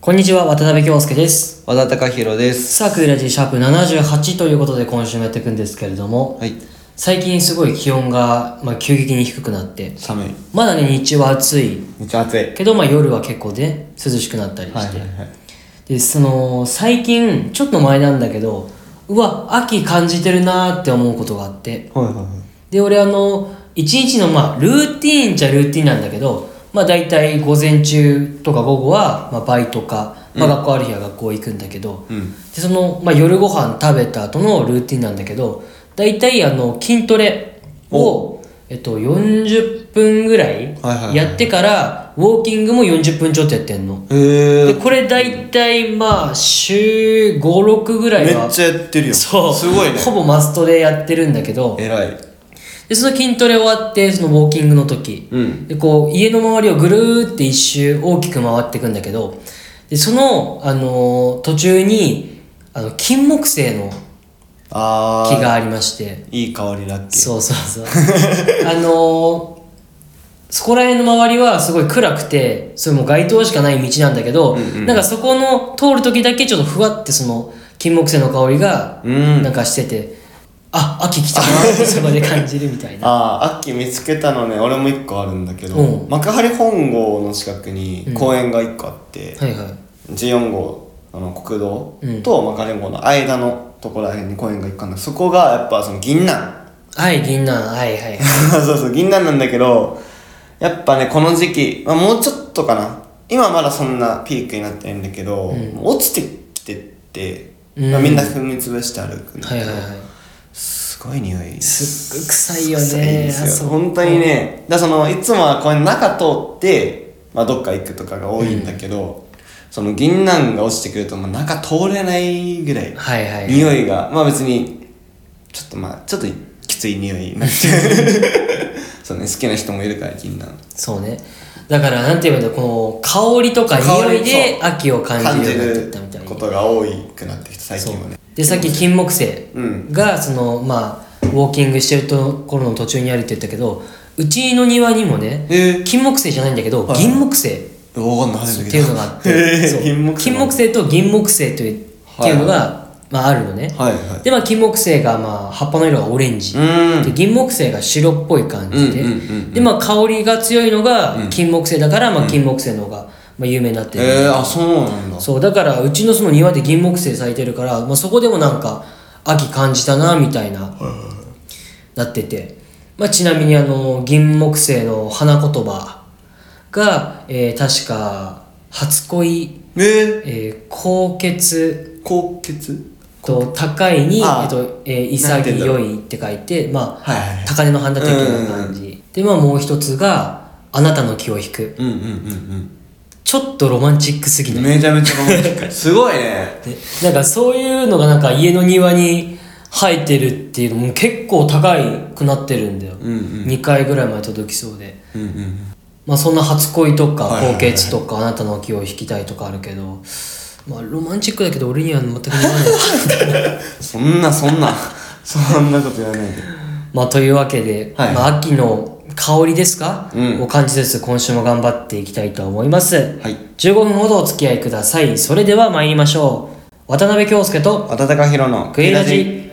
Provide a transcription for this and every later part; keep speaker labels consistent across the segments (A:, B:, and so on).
A: こんにちは、渡辺京介です。
B: 和田隆弘です
A: サークルラジシャープ78ということで今週もやっていくんですけれども、
B: はい
A: 最近すごい気温が、まあ、急激に低くなって、
B: 寒い
A: まだね、日中は暑い
B: めっちゃ暑いはい
A: けど、まあ、夜は結構ね、涼しくなったり
B: はい
A: して。
B: はい
A: で、その、最近、ちょっと前なんだけど、うわ、秋感じてるなーって思うことがあって、
B: はいは
A: で俺あの一日のまあルーティーンっちゃルーティーンなんだけどまあ大体午前中とか午後はまあバイトか、まあ、学校ある日は学校行くんだけど、
B: いうん
A: でその、まあ、夜ご飯食べた後のルーティンなんだけど大体あの筋トレを、えっと、40分ぐらい
B: はいはいはい
A: やってからウォーキングも40分ちょっとやってんの。
B: へ
A: で
B: え
A: これ大体まあ週56ぐら
B: め
A: いは
B: っちゃやってるよ
A: そう
B: すごいね
A: ほぼマストでやってるんだけど
B: 偉い
A: でその筋トレ終わってそのウォーキングの時、
B: うん
A: でこう家の周りをぐるーって一周大きく回っていくんだけどでその、あのー途中にあの金木犀の
B: あ
A: 木
B: ー
A: がありまして
B: いい香りだっけ
A: そうそう そうあのーそこら辺の周りはすごい暗くてそれもう街灯しかない道なんだけど、なんかそこの通る時だけちょっとふわってその金木犀の香りが
B: うん
A: なんかしてて、あ秋来たなってそこで感じるみたいな
B: あー秋見つけたのね俺も一個あるんだけ
A: う
B: ど
A: ん
B: 幕張本郷の近くに公園が一 個あって
A: はいはい
B: 14号あの国道
A: うん
B: と幕張本郷の間のところらへんに公園が一個あるんだけどそこがやっぱその銀杏
A: はい、銀杏、はいはい。
B: そうそう、銀杏なんだけど、やっぱね、この時期、まあ、もうちょっとかな。今はまだそんなピークになってないんだけど、もう落ちてきてって、まあ、
A: うん
B: みんな踏み潰して歩くんだ
A: は
B: け
A: い
B: ど、
A: はいはい。
B: すごい匂い。
A: すっごい臭いよね。
B: 臭いんですよ
A: あそこ
B: 本当に。ね、だからそのいつもはこう中通って、まあ、どっか行くとかが多いんだけど、その銀杏が落ちてくると、まあ、中通れないぐらい、
A: はいはい。
B: 匂いがまあ別にちょっとまあちょっときつい匂 いになっちゃうそうね好きな人もいるから銀杏
A: そうね。だから、なんて言うんだろう、この香りとか
B: 香
A: 匂
B: り
A: いで
B: そう
A: 秋を感
B: 感
A: じ
B: じ
A: るようになってったみた
B: る
A: い
B: こ
A: に。
B: とが多くなってきた最近はね
A: で、さっき金木犀
B: うん
A: が、その、まあ、ウォーキングしてるところの途中にあるって言ったけど、うちの庭にもね、
B: えー、
A: 金木犀じゃないんだけど、
B: はい
A: 銀木犀。
B: わかんない初
A: って
B: めて
A: い
B: 聞
A: うの
B: いた
A: が あって、そう
B: 金木犀
A: 金木犀と銀木犀というっていうのが、まあ、あるのね、
B: はいはい
A: でまあ金木犀がまあ葉っぱの色がオレンジ、
B: うーん
A: で銀木犀が白っぽい感じで、
B: うんうんうんうん
A: でまあ香りが強いのが金木犀だから、まあ金木犀の方がまあ有名になってる、
B: えー、あそうなんだ
A: そうだからうちのその庭で銀木犀咲いてるから、まあ、そこでもなんか秋感じたなみたいな、なってて、まあ、ちなみにあの銀木犀の花言葉が、えー確か初恋、
B: え
A: えー高潔
B: ー、高血
A: と高いに、
B: ああ
A: えっとえー
B: なんて言うんだろ
A: 潔いって書いて、まあ、
B: はいはいはい
A: 高値の半田的な感じで、まあ、もう一つが「あなたの気を引く
B: うんうんうん」
A: ちょっとロマンチックすぎ
B: う
A: ない
B: んめちゃめちゃロマンチ ックすごいね
A: でなんかそういうのがなんか家の庭に生えてるっていうのも結構高くなってるんだよ、
B: うんうん
A: 2回ぐらいまで届きそうで、
B: うんうん
A: まあ、そんな初恋とか
B: はいはいは
A: 高
B: い
A: 血とかあなたの気を引きたいとかあるけど、まあロマンチックだけど俺には全く似合わない
B: そんなそんなそんなこと言わないで
A: まあというわけで、
B: はい
A: まあ、秋の香りですか、
B: うん
A: を感じつつ今週も頑張っていきたいと思います、
B: はい
A: 15分ほどお付き合いくださいそれでは参りましょう渡辺京介と
B: 和田隆弘の
A: クイラジ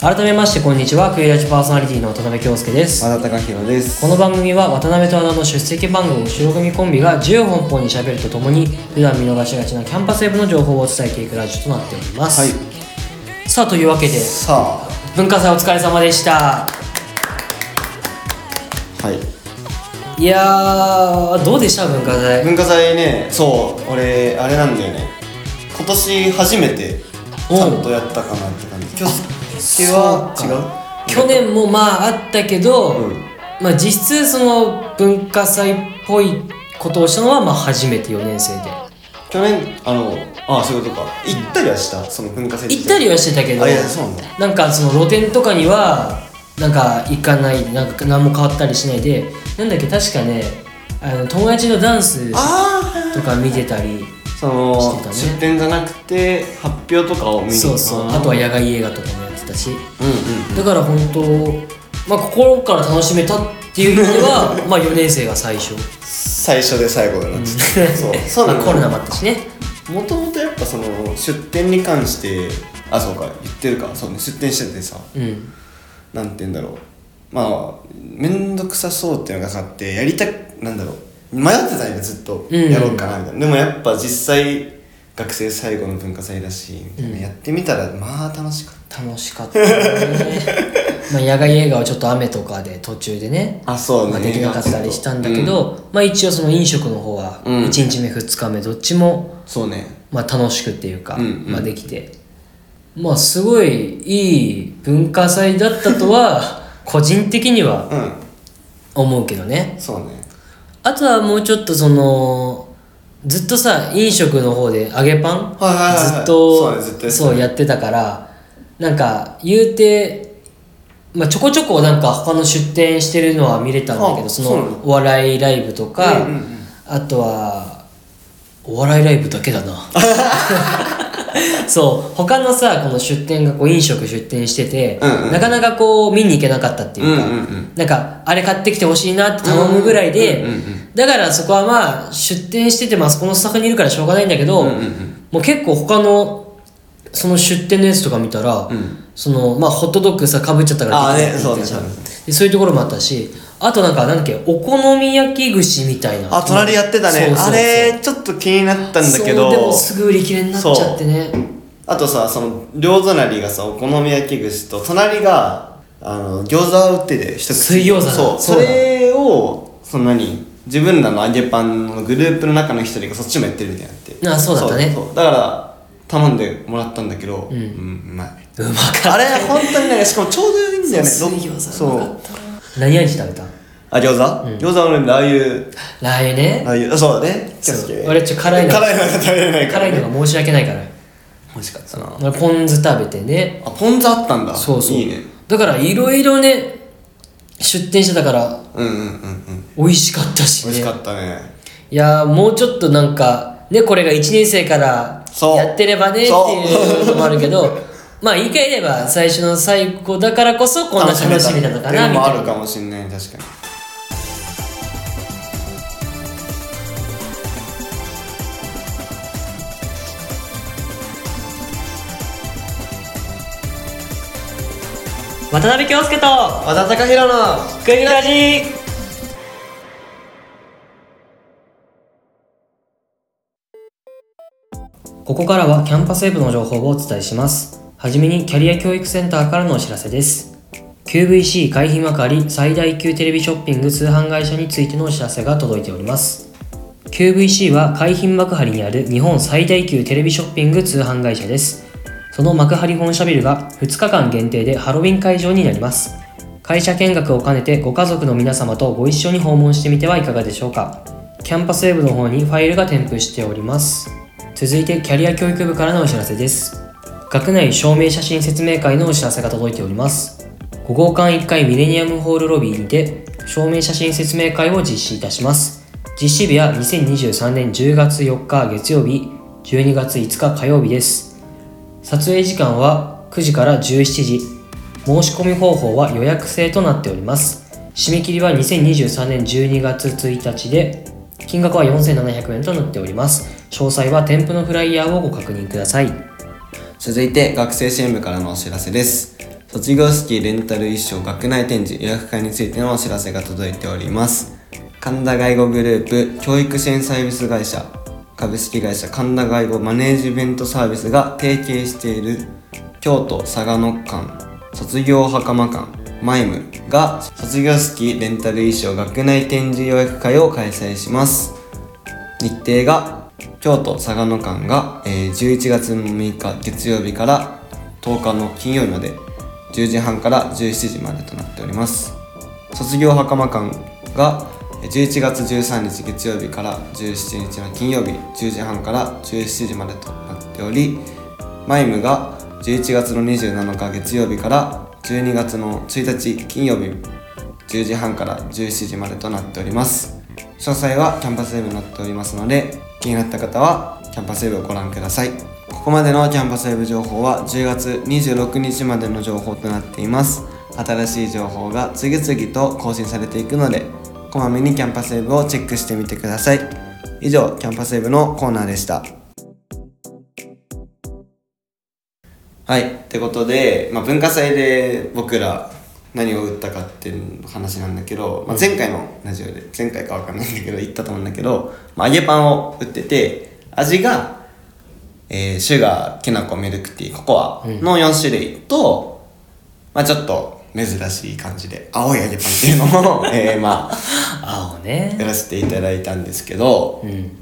A: 改めましてこんにちはクイラジパーソナリティの渡辺京介です
B: 和田隆弘です
A: この番組は渡辺と和田の出席番号後ろ組コンビが自由奔放にしゃべるとともに普段見逃しがちなキャンパスウェブの情報を伝えていくラジオとなっております、
B: はい
A: さあというわけで
B: さ
A: 文化祭お疲れ様でした
B: あはい
A: いやーどうでした文化祭
B: 文化祭ねそう俺あれなんだよね今年初めてちゃんとやったかなって感じ今日今日は違う
A: 去年もまああったけど、
B: うん
A: まあ実質その文化祭っぽいことをしたのはまあ初めて4年生で
B: 去年あのああそういうことか行ったりはしたその文化祭
A: 行ったりはしてたけど
B: あいやそうなんだ
A: なんかその露店とかにはなんか行かないなんか何も変わったりしないでなんだっけ確かねあの友達のダンス
B: あ
A: とか見てたり
B: その
A: してたね
B: 出展じゃなくて発表とかを見に
A: そうそうあとは野外映画とかもやってたし
B: うんうん
A: だから本当まあ心から楽しめたっていう意味で はまあ4年生が最初
B: 最初で最後だな、そうそうなんだ
A: コロナもあったしね
B: もともとやっぱその出店に関してあそうか言ってるかそうね出店しててさ
A: うん
B: なんて言うんだろうまあ面倒くさそうっていうのがあってやりたくなんだろう迷ってたんよずっと
A: うん
B: やろうかなみたいな、でもやっぱ実際学生最後の文化祭だしみたいな、やってみたらまあ楽しかっ
A: 楽しかった ねまあ野外映画はちょっと雨とかで途中でね
B: たあそうね
A: まあ、できなかったりしたんだけど、まあ一応その飲食の方は
B: うん
A: 1日目2日目どっちも
B: そうね
A: まあ楽しくっていうか、
B: うんうん
A: まあできてまあすごいいい文化祭だったとは個人的には
B: うん
A: 思うけどね
B: そうね
A: あとはもうちょっとそのずっとさ飲食の方で揚げパン、
B: はいはいはい
A: ずっと
B: そうねずっとやってたね
A: そうやってたからなんか言うて、まあ、ちょこちょこなんか他の出店してるのは見れたんだけど
B: あ
A: そ
B: そうな
A: の
B: の
A: お笑いライブとか、
B: うんうんうん
A: あとはお笑いライブだけだ なそう他のさこの出店がこう飲食出店してて、
B: うんうん
A: なかなかこう見に行けなかったっていうか、
B: うんうんうん
A: なんかあれ買ってきてほしいなって頼むぐらいで、
B: うんうんうん
A: だからそこはまあ出店しててまあそこのスタッフにいるからしょうがないんだけど、
B: うんうんうん
A: もう結構他のその出店のやつとか見たら、
B: ん
A: そのまあホットドッグさかぶっちゃったから
B: あーね
A: できないって言ってた
B: そうね
A: じゃんでそういうところもあったしあとなんかなんだっけお好み焼き串みたいな
B: あ隣やってたね
A: そうそうそう
B: あれちょっと気になったんだけ
A: そう
B: ど
A: でもすぐ売り切れになっちゃってね
B: あとさその両隣がさお好み焼き串と隣があの餃子を売ってて一口
A: 水餃子だ
B: そう
A: そ
B: そう
A: だ
B: れをその何自分らの揚げパンのグループの中の一人がそっちもやってるみたいになって
A: あそうだったね
B: そうそうだから頼んでもらったんだけどうん、うまいう
A: まかった
B: あれ本当にねしかもちょうどいいんだよね
A: そう水
B: ろ
A: 餃子
B: そう
A: まか
B: う
A: 何味食べた
B: あ餃子、餃子俺ラー油
A: ラー油ね
B: ラー油あそうだね
A: そう
B: 気をつけ
A: 俺ちょっと辛いの
B: 辛いのが食べれないから
A: 辛いのが申し訳ないから
B: 美味しかったな
A: 俺ポン酢食べてね
B: あポン酢あったんだ
A: そうそう
B: いいね
A: だからいろいろね出店してたから
B: うんうんうんうん
A: 美味しかったし
B: 美味し
A: ね
B: かったね
A: いやーもうちょっとなんかねこれが1年生から
B: そう
A: やってればねって
B: そう
A: いうのもあるけど まあ言い換えれば最初の最後だからこそこんな楽しみなのかなみ
B: もあ
A: たい
B: る
A: な
B: かもしんない確かに
A: 渡辺京介と
B: 和田貴弘の
A: クイラジここからはキャンパスウェブの情報をお伝えします。はじめにキャリア教育センターからのお知らせです。QVC 海浜幕張最大級テレビショッピング通販会社についてのお知らせが届いております。QVC は海浜幕張にある日本最大級テレビショッピング通販会社です。その幕張本社ビルが2日間限定でハロウィン会場になります。会社見学を兼ねてご家族の皆様とご一緒に訪問してみてはいかがでしょうか。キャンパスウェブの方にファイルが添付しております。続いてキャリア教育部からのお知らせです。学内証明写真説明会のお知らせが届いております。5号館1階ミレニアムホールロビーにて証明写真説明会を実施いたします。実施日は2023年10月4日月曜日、12月5日火曜日です。撮影時間は9時から17時申し込み方法は予約制となっております締め切りは2023年12月1日で金額は4700円となっております詳細は添付のフライヤーをご確認ください
B: 続いて学生支援部からのお知らせです卒業式レンタル衣装学内展示予約会についてのお知らせが届いております神田外語グループ教育支援サービス会社株式会社神田外語マネージメントサービスが提携している京都嵯峨野館卒業袴館マイムが卒業式レンタル衣装学内展示予約会を開催します日程が京都嵯峨野間が、えー11月6日月曜日から10日の金曜日まで10時半から17時までとなっております卒業袴館がえー11月13日月曜日から17日の金曜日10時半から17時までとなっておりマイムが11月の27日月曜日から12月の1日金曜日10時半から17時までとなっております詳細はキャンパスウェブになっておりますので気になった方はキャンパスウェブをご覧くださいここまでのキャンパスウェブ情報は10月26日までの情報となっています新しい情報が次々と更新されていくのでこまめにキャンパスウェブをチェックしてみてください以上キャンパスウェブのコーナーでしたはいってことで、まあ、文化祭で僕ら何を打ったかっていう話なんだけど、まあ、前回のラジオで前回かわかんないんだけど言ったと思うんだけど、まあ、揚げパンを打ってて味が、えーシュガーきなこミルクティーココアの4種類と、まあ、ちょっと珍しい感じで青い揚げパンっていう のを、えーまあ、
A: 青
B: や
A: ね
B: らせていただいたんですけど、
A: うん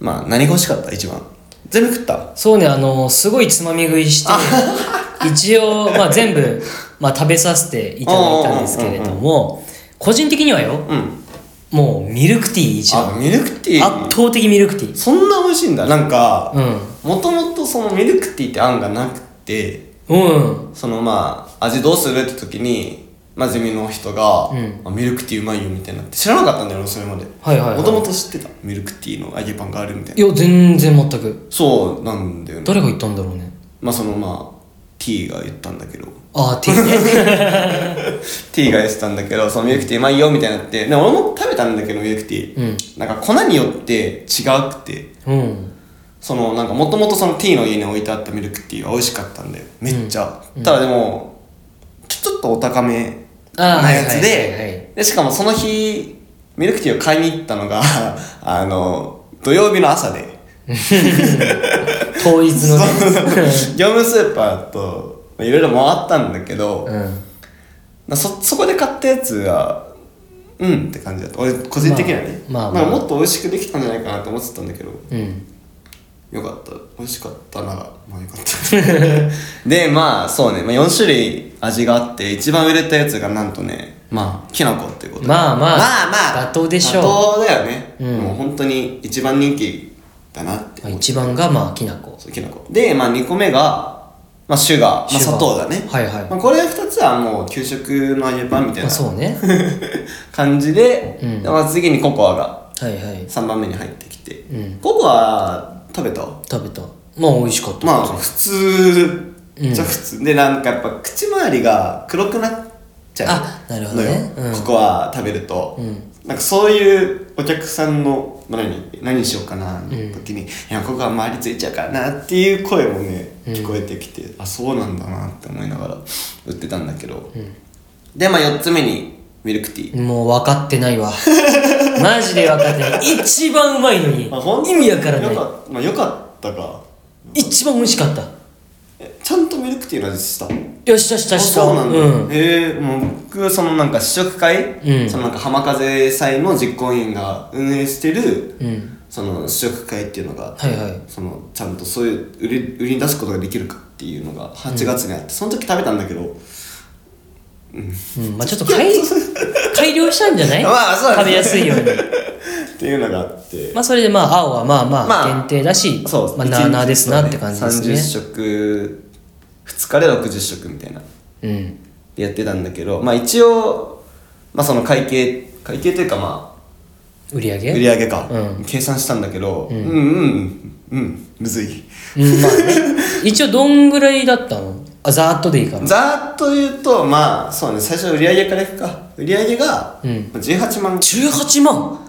B: まあ何が欲しかった一番全部食った
A: そうねあのすごいつまみ食いして一応、まあ、全部、まあ、食べさせていただいたんですけれども個人的にはよ
B: うん
A: もうミルクティー一番
B: あミルクティー
A: 圧倒的ミルクティー
B: そんな美味しいんだなんか
A: うん
B: もともとそのミルクティーって案がなくて
A: うん
B: そのまあ味どうするって時に真面目の人が、
A: うん
B: あミルクティーうまいよみたいになって知らなかったんだよ俺それまで
A: はいはいはい
B: もともと知ってたミルクティーの揚げパンがあるみたい
A: い
B: な
A: や全然全く
B: そうなんだよね
A: 誰が言ったんだろうね
B: まあそのまあ T が言ったんだけど
A: あーティー ね
B: T が言ってたんだけどそのミルクティーうまいよみたいになってで俺も食べたんだけどミルクティー、なんか粉によって違くて
A: うん
B: そのなんかもともとその T の家に置いてあったミルクティーは美味しかったんだよめっちゃ、ただでもちょちょっとお高め
A: あー
B: なやつ
A: はいはいはいは
B: ででしかもその日ミルクティーを買いに行ったのが あの土曜日の朝で
A: 統一のね
B: 業務スーパーといろいろ回ったんだけど、
A: うん
B: なそそこで買ったやつがうんって感じだった俺個人的にはね、
A: まあまあまあ
B: なんかもっと美味しくできたんじゃないかなと思ってたんだけど
A: うん
B: よかった美味しかったならまあよかった でまあそうね、まあ、4種類味があって一番売れたやつがなんとねまあきなこっていうことで
A: まあまあ
B: まあまあ
A: 妥当でしょう
B: 妥当だよね、
A: うん
B: もう本当に一番人気だなって
A: まあ一番がまあきなこ
B: そうきなこでまあ2個目がまあシュガー、まあ、
A: シュガー
B: 砂糖だね
A: はいはい
B: まあ、これ2つはもう給食の揚げパンみた
A: ま
B: い
A: あ
B: な
A: そうね
B: 感じで、
A: うん
B: でまあ、次にココアが
A: はいはい
B: 3番目に入ってきて、
A: うん
B: ココア食べた
A: 食べたまあ美味しかった
B: まあ普通
A: うん
B: じゃ普通、でなんかやっぱ口周りが黒くなっちゃう
A: あなるほどね
B: のよ
A: うん
B: ココア食べると、
A: うん
B: なんかそういうお客さんのまあ何何しようかなの時に、いやココア周りついちゃうからなっていう声もね聞こえてきて、あそうなんだなって思いながら売ってたんだけど、でまあ4つ目にミルクティー、
A: もう分かってない わマジで分かってない一番うまいのに
B: まあ本当
A: 意
B: に
A: 味わからな
B: よ
A: い
B: か,、まあ、よかったか
A: 一番美味しかった
B: えちゃんとミルクティーの味した
A: よしよしよし
B: そうなんだ、
A: うん
B: えー、もう僕そのなんか試食会、
A: うん
B: そのなんか浜風祭の実行委員が運営してる、
A: うん
B: その試食会っていうのが、
A: はいはい
B: そのちゃんとそういう売り売りに出すことができるかっていうのが8月にあって、その時食べたんだけど
A: うんまあちょっと 改改良したんじゃない、
B: まあそうだね
A: 食べやすいように
B: っていうのがあって、
A: まあそれでまあ青はまあま
B: ま
A: あ
B: あ
A: 限定だし、
B: そう
A: まあ
B: 一日
A: なあなあですなって感じですね
B: そうね30食2日で60食みたいな
A: うん
B: やってたんだけどまあ一応、まあ、その会計会計というかまあ
A: 売り上げ
B: 売り上げか、
A: う
B: 計算したんだけど、うん、うんうんうんむずい
A: うんまあね、一応どんぐらいだったのあざーっとでいいから
B: ざーっと言うとまあそうね最初売り上げからいくか売り上げが
A: うん
B: 18万、
A: 18万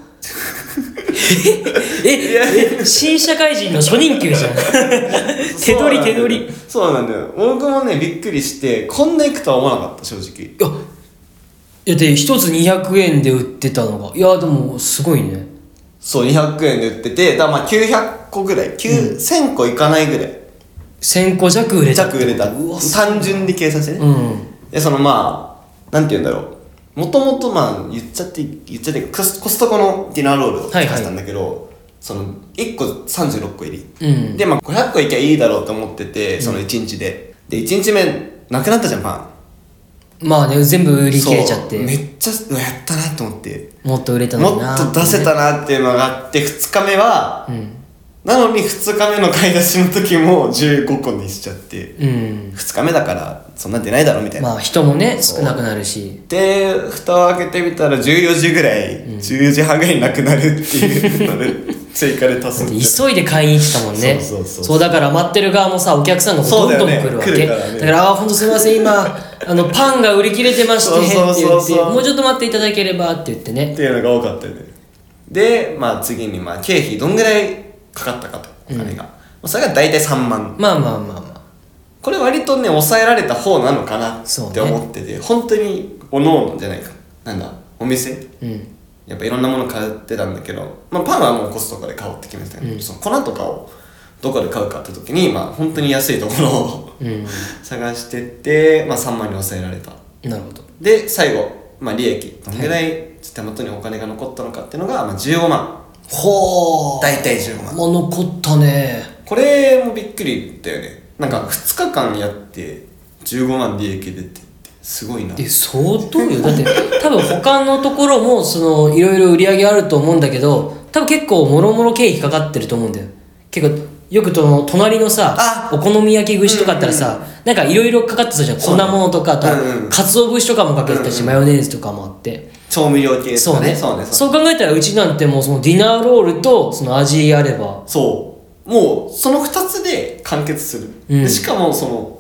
A: えええ新社会人の初任給じゃん 手取り手取りい
B: そうなんだよそうなんだよ僕もねびっくりしてこんないくとは思わなかった正直
A: やいやで一つ200円で売ってたのがいやでもすごいね
B: そう200円で売っててだからまあ900個ぐらい9000個いかないぐらい
A: 1000個弱売れたって
B: 弱
A: こと
B: 売れ
A: う
B: た
A: わ
B: 単純に計算してね、
A: うん
B: でそのまあなんて言うんだろうもともとまあ言っちゃって言っちゃってコスコストコのディナーロールを
A: は
B: 出
A: いはい
B: したんだけど、その1個36個入り、
A: うん
B: でまあ500個いきゃいいだろうと思っててその1日で、で1日目なくなったじゃんパ
A: まあね全部売
B: ン
A: り切れちゃっ
B: そうめ
A: て
B: っちゃうわやったなと思って
A: もっと売れたの
B: も
A: にな
B: っと出せたなっていうのがあって2日目は、
A: うん
B: なのに2日目の買い出しの時も15個にしちゃって
A: うん
B: 2日目だからそんなん出ないだろみたいな、
A: まあ人もね少なくなるし
B: で蓋を開けてみたら14時ぐらい、14時半ぐらいになくなるっていうので追加で足す
A: で
B: ん だ
A: 急いで買いに行ってたもんね
B: そうそうそう
A: だから待ってる側もさお客さんがほとんど
B: そ
A: ど
B: うんだよね
A: 来るわけ
B: 来
A: だ
B: るか
A: からら,、
B: ね
A: あ本当すみません 今あのパンが売り切れてまして
B: そうそうそう
A: って
B: そう
A: 言ってもうちょっと待っていただければって言ってね
B: っていうのが多かったよねでまあ次にまあ経費どんぐらいかかったかとお金が、まあそれが大体3万
A: まあまあまあま
B: これ割とね抑えられた方なのかな
A: そう
B: っ
A: ね
B: て思ってて、本当におのおのじゃないかなんだお店
A: あうん
B: やっぱいろんなもの買ってたんだけど、まあ、パンはもうコストコで買おうって決めてたけど、その粉とかをどこで買うかって時にまあ本当に安いところを 探してって、まあ、3万に抑えられた
A: なるほど
B: で最後、まあ、利益どのぐらい手元にお金が残ったのかっていうのが、まあ、15万
A: ほ
B: 大体15万
A: まあ残ったね
B: これもびっくりだよねなんか2日間やって15万利益出てってすごいな
A: で相当よだって多分他のところもそのいろいろ売り上げあると思うんだけど多分結構もろもろ経費かかってると思うんだよ結構よくとの隣のさ
B: あ
A: お好み焼き串とかあったらさ、なんかいろいろかかってたじゃん粉物とかあと
B: うんうん
A: かつお節とかもかけてたし、マヨネーズとかもあって
B: 調味料系と
A: そう
B: か
A: ね
B: ねそうねそう
A: そう考えたらうちなんてもうそのディナーロールとその味あれば
B: そうもうその2つで完結する、
A: うん
B: でしかもその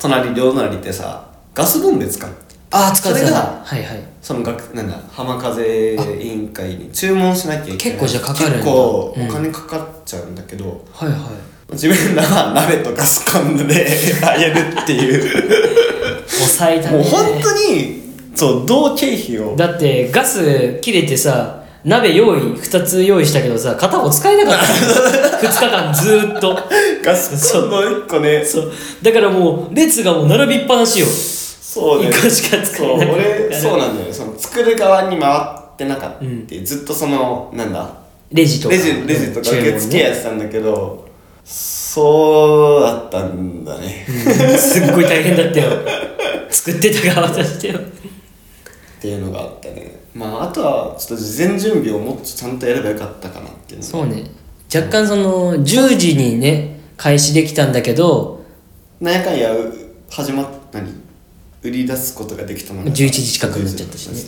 B: 隣両隣ってさガスボンベ使う
A: ああ使って
B: そ
A: た
B: れが
A: はいはい
B: その学なんだ浜風委員会に注文しなきゃいけ
A: 結
B: ない
A: 構じゃあかかるんだ
B: 結構お
A: うん
B: 金かかっちゃうんだけど、
A: はいはい
B: 自分らは鍋とガスコンロで あげるっ ていう
A: 抑えたね
B: もう本当にそう同経費を
A: だってガス切れてさ鍋用意2つ用意したけどさ片方使えなか った2日間ずーっと
B: ガスコンロ1個ね
A: そうだからもう列がもう並びっぱなしよ
B: そうね
A: 一個しか使えな
B: そう
A: かった
B: 俺そうなんだよねその作る側に回ってなかったって、ずっとそのなんだ
A: レジとか
B: レジレジとか
A: 注文ね
B: 受付やってたんだけど、そうだったんだね、
A: う
B: っ
A: んすっごい大変だったよ作ってた側としてよ
B: ていうのがあったねまああとはちょっと事前準備をもっとちゃんとやればよかったかなっていうの
A: そうね若干その10時にね開始できたんだけど
B: なんやかんやう始まっ何売り出すことができたのが
A: 11時近くになっちゃったしね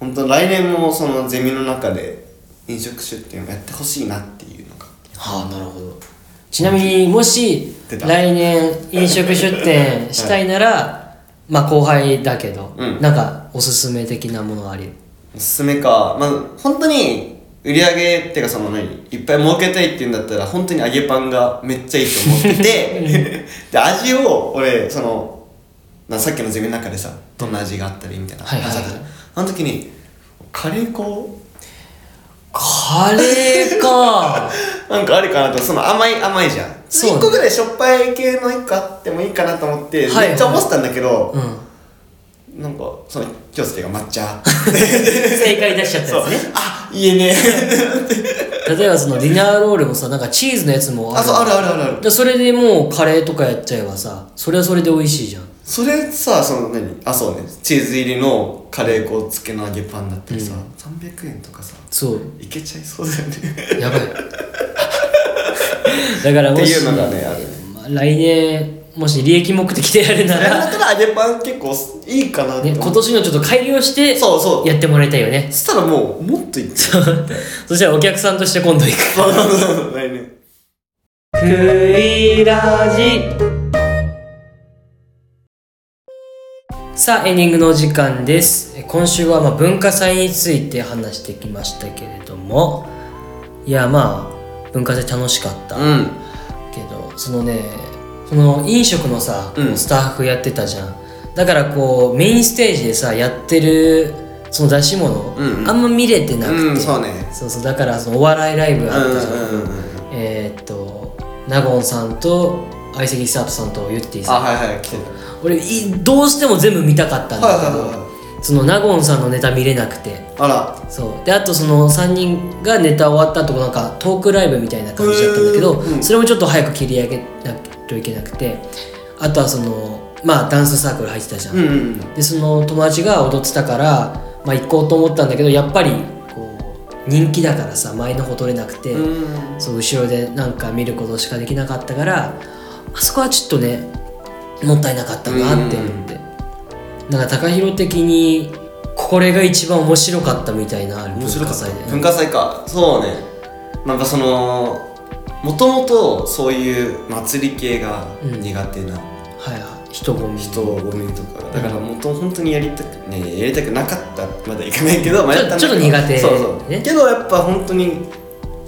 B: 本当来年もそのゼミの中で飲食出店をやってほしいなっていうのが
A: はあなるほどちなみにもし
B: 出た
A: 来年飲食出店したいな ら、まあ後輩だけど、
B: うん
A: なんかおすすめ的なものあり
B: おすすめかまあ本当に売り上げっていうかその何いっぱい儲けたいっていうんだったら本当に揚げパンがめっちゃいいと思ってて で味を俺そのなさっきのゼミの中でさどんな味があったりみたいな
A: はいはいはい
B: 話あったじゃんあの時にカレー粉
A: カレーか
B: なんかあるかなとその甘い甘いじゃん
A: そうね
B: 1個ぐらいしょっぱい系の1個あってもいいかなと思って、
A: はいはい
B: めっちゃ思ってたんだけ ど、
A: うん
B: なんかその京介が抹茶
A: 正解出しちゃった
B: そう
A: やつね
B: あ言えね
A: 例えばそのディナーロールもさなんかチーズのやつ
B: え
A: も
B: あ そうあるあるあるある
A: じゃそれでもうカレーとかやっちゃえばさそれはそれで美味しいじゃん
B: それさその何あそうねチーズ入りのカレー粉つけの揚げパンだったりさ、300円とかさ
A: そう
B: いけちゃいそうだよね
A: や ばいだからもし
B: っていうのがねあるね
A: まあ来年もし利益目的でやるな
B: あれ
A: ら
B: だったら揚げパン結構いいかなって
A: ね、
B: 思
A: 今
B: う、
A: 年のちょっと改良して
B: そうそう
A: やってもらいたいよね
B: そしたらもうもっといっちゃう
A: そしたらお客さんとして今度行く
B: そうそうそう来年
A: クイラジさあエンディングのお時間ですえ今週はまあ文化祭について話してきましたけれどもいやまあ文化祭楽しかった
B: うん
A: けどそのねその飲食のさ、
B: うん
A: スタッフやってたじゃんだからこうメインステージでさやってるその出し物、
B: うんうん
A: あんま見れてなくて、
B: うんそうね
A: そうそうだからそのお笑いライブ
B: う
A: あったじゃん、
B: んうんうんうん
A: えー、っと納言さんと相席スタートさんとゆってぃ
B: あ
A: さん
B: はいはい来てる
A: 俺いどうしても全部見たかったんだけど、
B: はいはいはいは
A: その納言さんのネタ見れなくて
B: あら
A: そうであとその3人がネタ終わった後なんかトークライブみたいな感じだったんだけど、
B: へーうん
A: それもちょっと早く切り上げなきゃいけなくてあとはそのまあダンスサークル入ってたじゃん、
B: うんうん
A: でその友達が踊ってたから、まあ、行こうと思ったんだけどやっぱりこう人気だからさ前の方取れなくて、
B: うん
A: そう後ろでなんか見ることしかできなかったからあそこはちょっとねもったいなかったなって思って、なんか TAKAHIRO 的にこれが一番面白かったみたいな
B: 面白かっ
A: 文化
B: た
A: 祭で
B: 文化祭かそうねなんかそのもともとそういう祭り系が苦手な
A: はいはい人混み
B: 人をごめんとかだからもと本当にやりたくねやりたくなかったまだいかないけど、まあ、やたんだけど
A: ちょっと苦手
B: そうそう、
A: ね
B: けどやっぱ本当に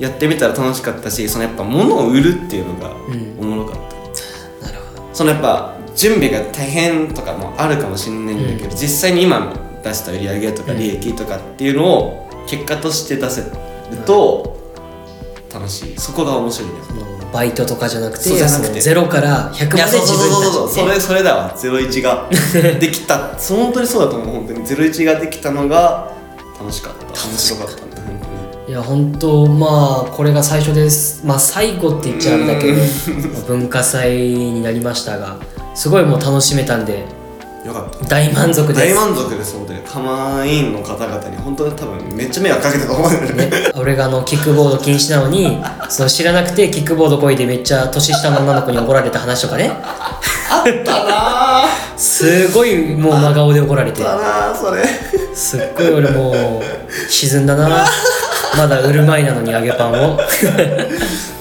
B: やってみたら楽しかったしそのやっぱ物を売るっていうのが
A: ん
B: おもろかった、
A: なるほど
B: そのやっぱ準備が大変とかもあるかもしれないんだけど、実際に今出した売り上げとか
A: うん
B: 利益とかっていうのを結果として出せると楽しいそこが面白いね
A: そのバイトとかじゃなくて
B: そうじゃなく
A: そ
B: て
A: のゼロから100
B: いや
A: まで
B: そうそう
A: 自分
B: そう
A: た
B: そう
A: ちで
B: それそれだわ01ができたそう本当にそうだと思う本当に01ができたのが楽しかった面白かったんだ本当に
A: いや本当まあこれが最初ですまあ最後って言っちゃうんだけど まあ文化祭になりましたがすごいもう楽しめたんで
B: よかった
A: 大満足です
B: 大満足です本当に玉員の方々に本当に多分めっちゃ迷惑かけたと思うん だよね
A: ね俺があのキックボード禁止なのにその知らなくてキックボードこいでめっちゃ年下の女の子に怒られた話とかね
B: あ
A: すごいもう真顔で怒られて
B: ーだなーそれ
A: すっごい俺もう沈んだなまだ売る前なのに揚げパンを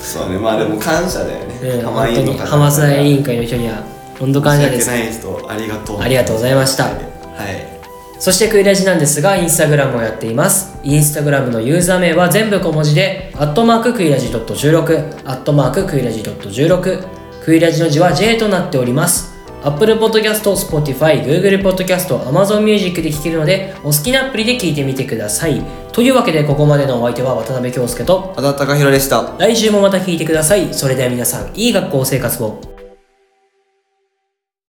B: そうねまあでも感謝だよね、
A: うん
B: 玉
A: 本当
B: 員の
A: に
B: 方
A: 浜田委員会の人には本当感謝で
B: 申し
A: す
B: 訳ない人ありがとう
A: ありがとうございました
B: はい
A: そしてクイラジなんですが、インスタグラムをやっています。インスタグラムのユーザー名は全部小文字で、アットマーククイラジ .16、アットマーククイラジ .16、クイラジの字は J となっております。Apple Podcast、Spotify、Google Podcast、Amazon Music で聴けるので、お好きなアプリで聴いてみてください。というわけで、ここまでのお相手は渡辺京介と、
B: 安田隆弘でした
A: 来週もまた聴いてください。それでは皆さん、いい学校生活を。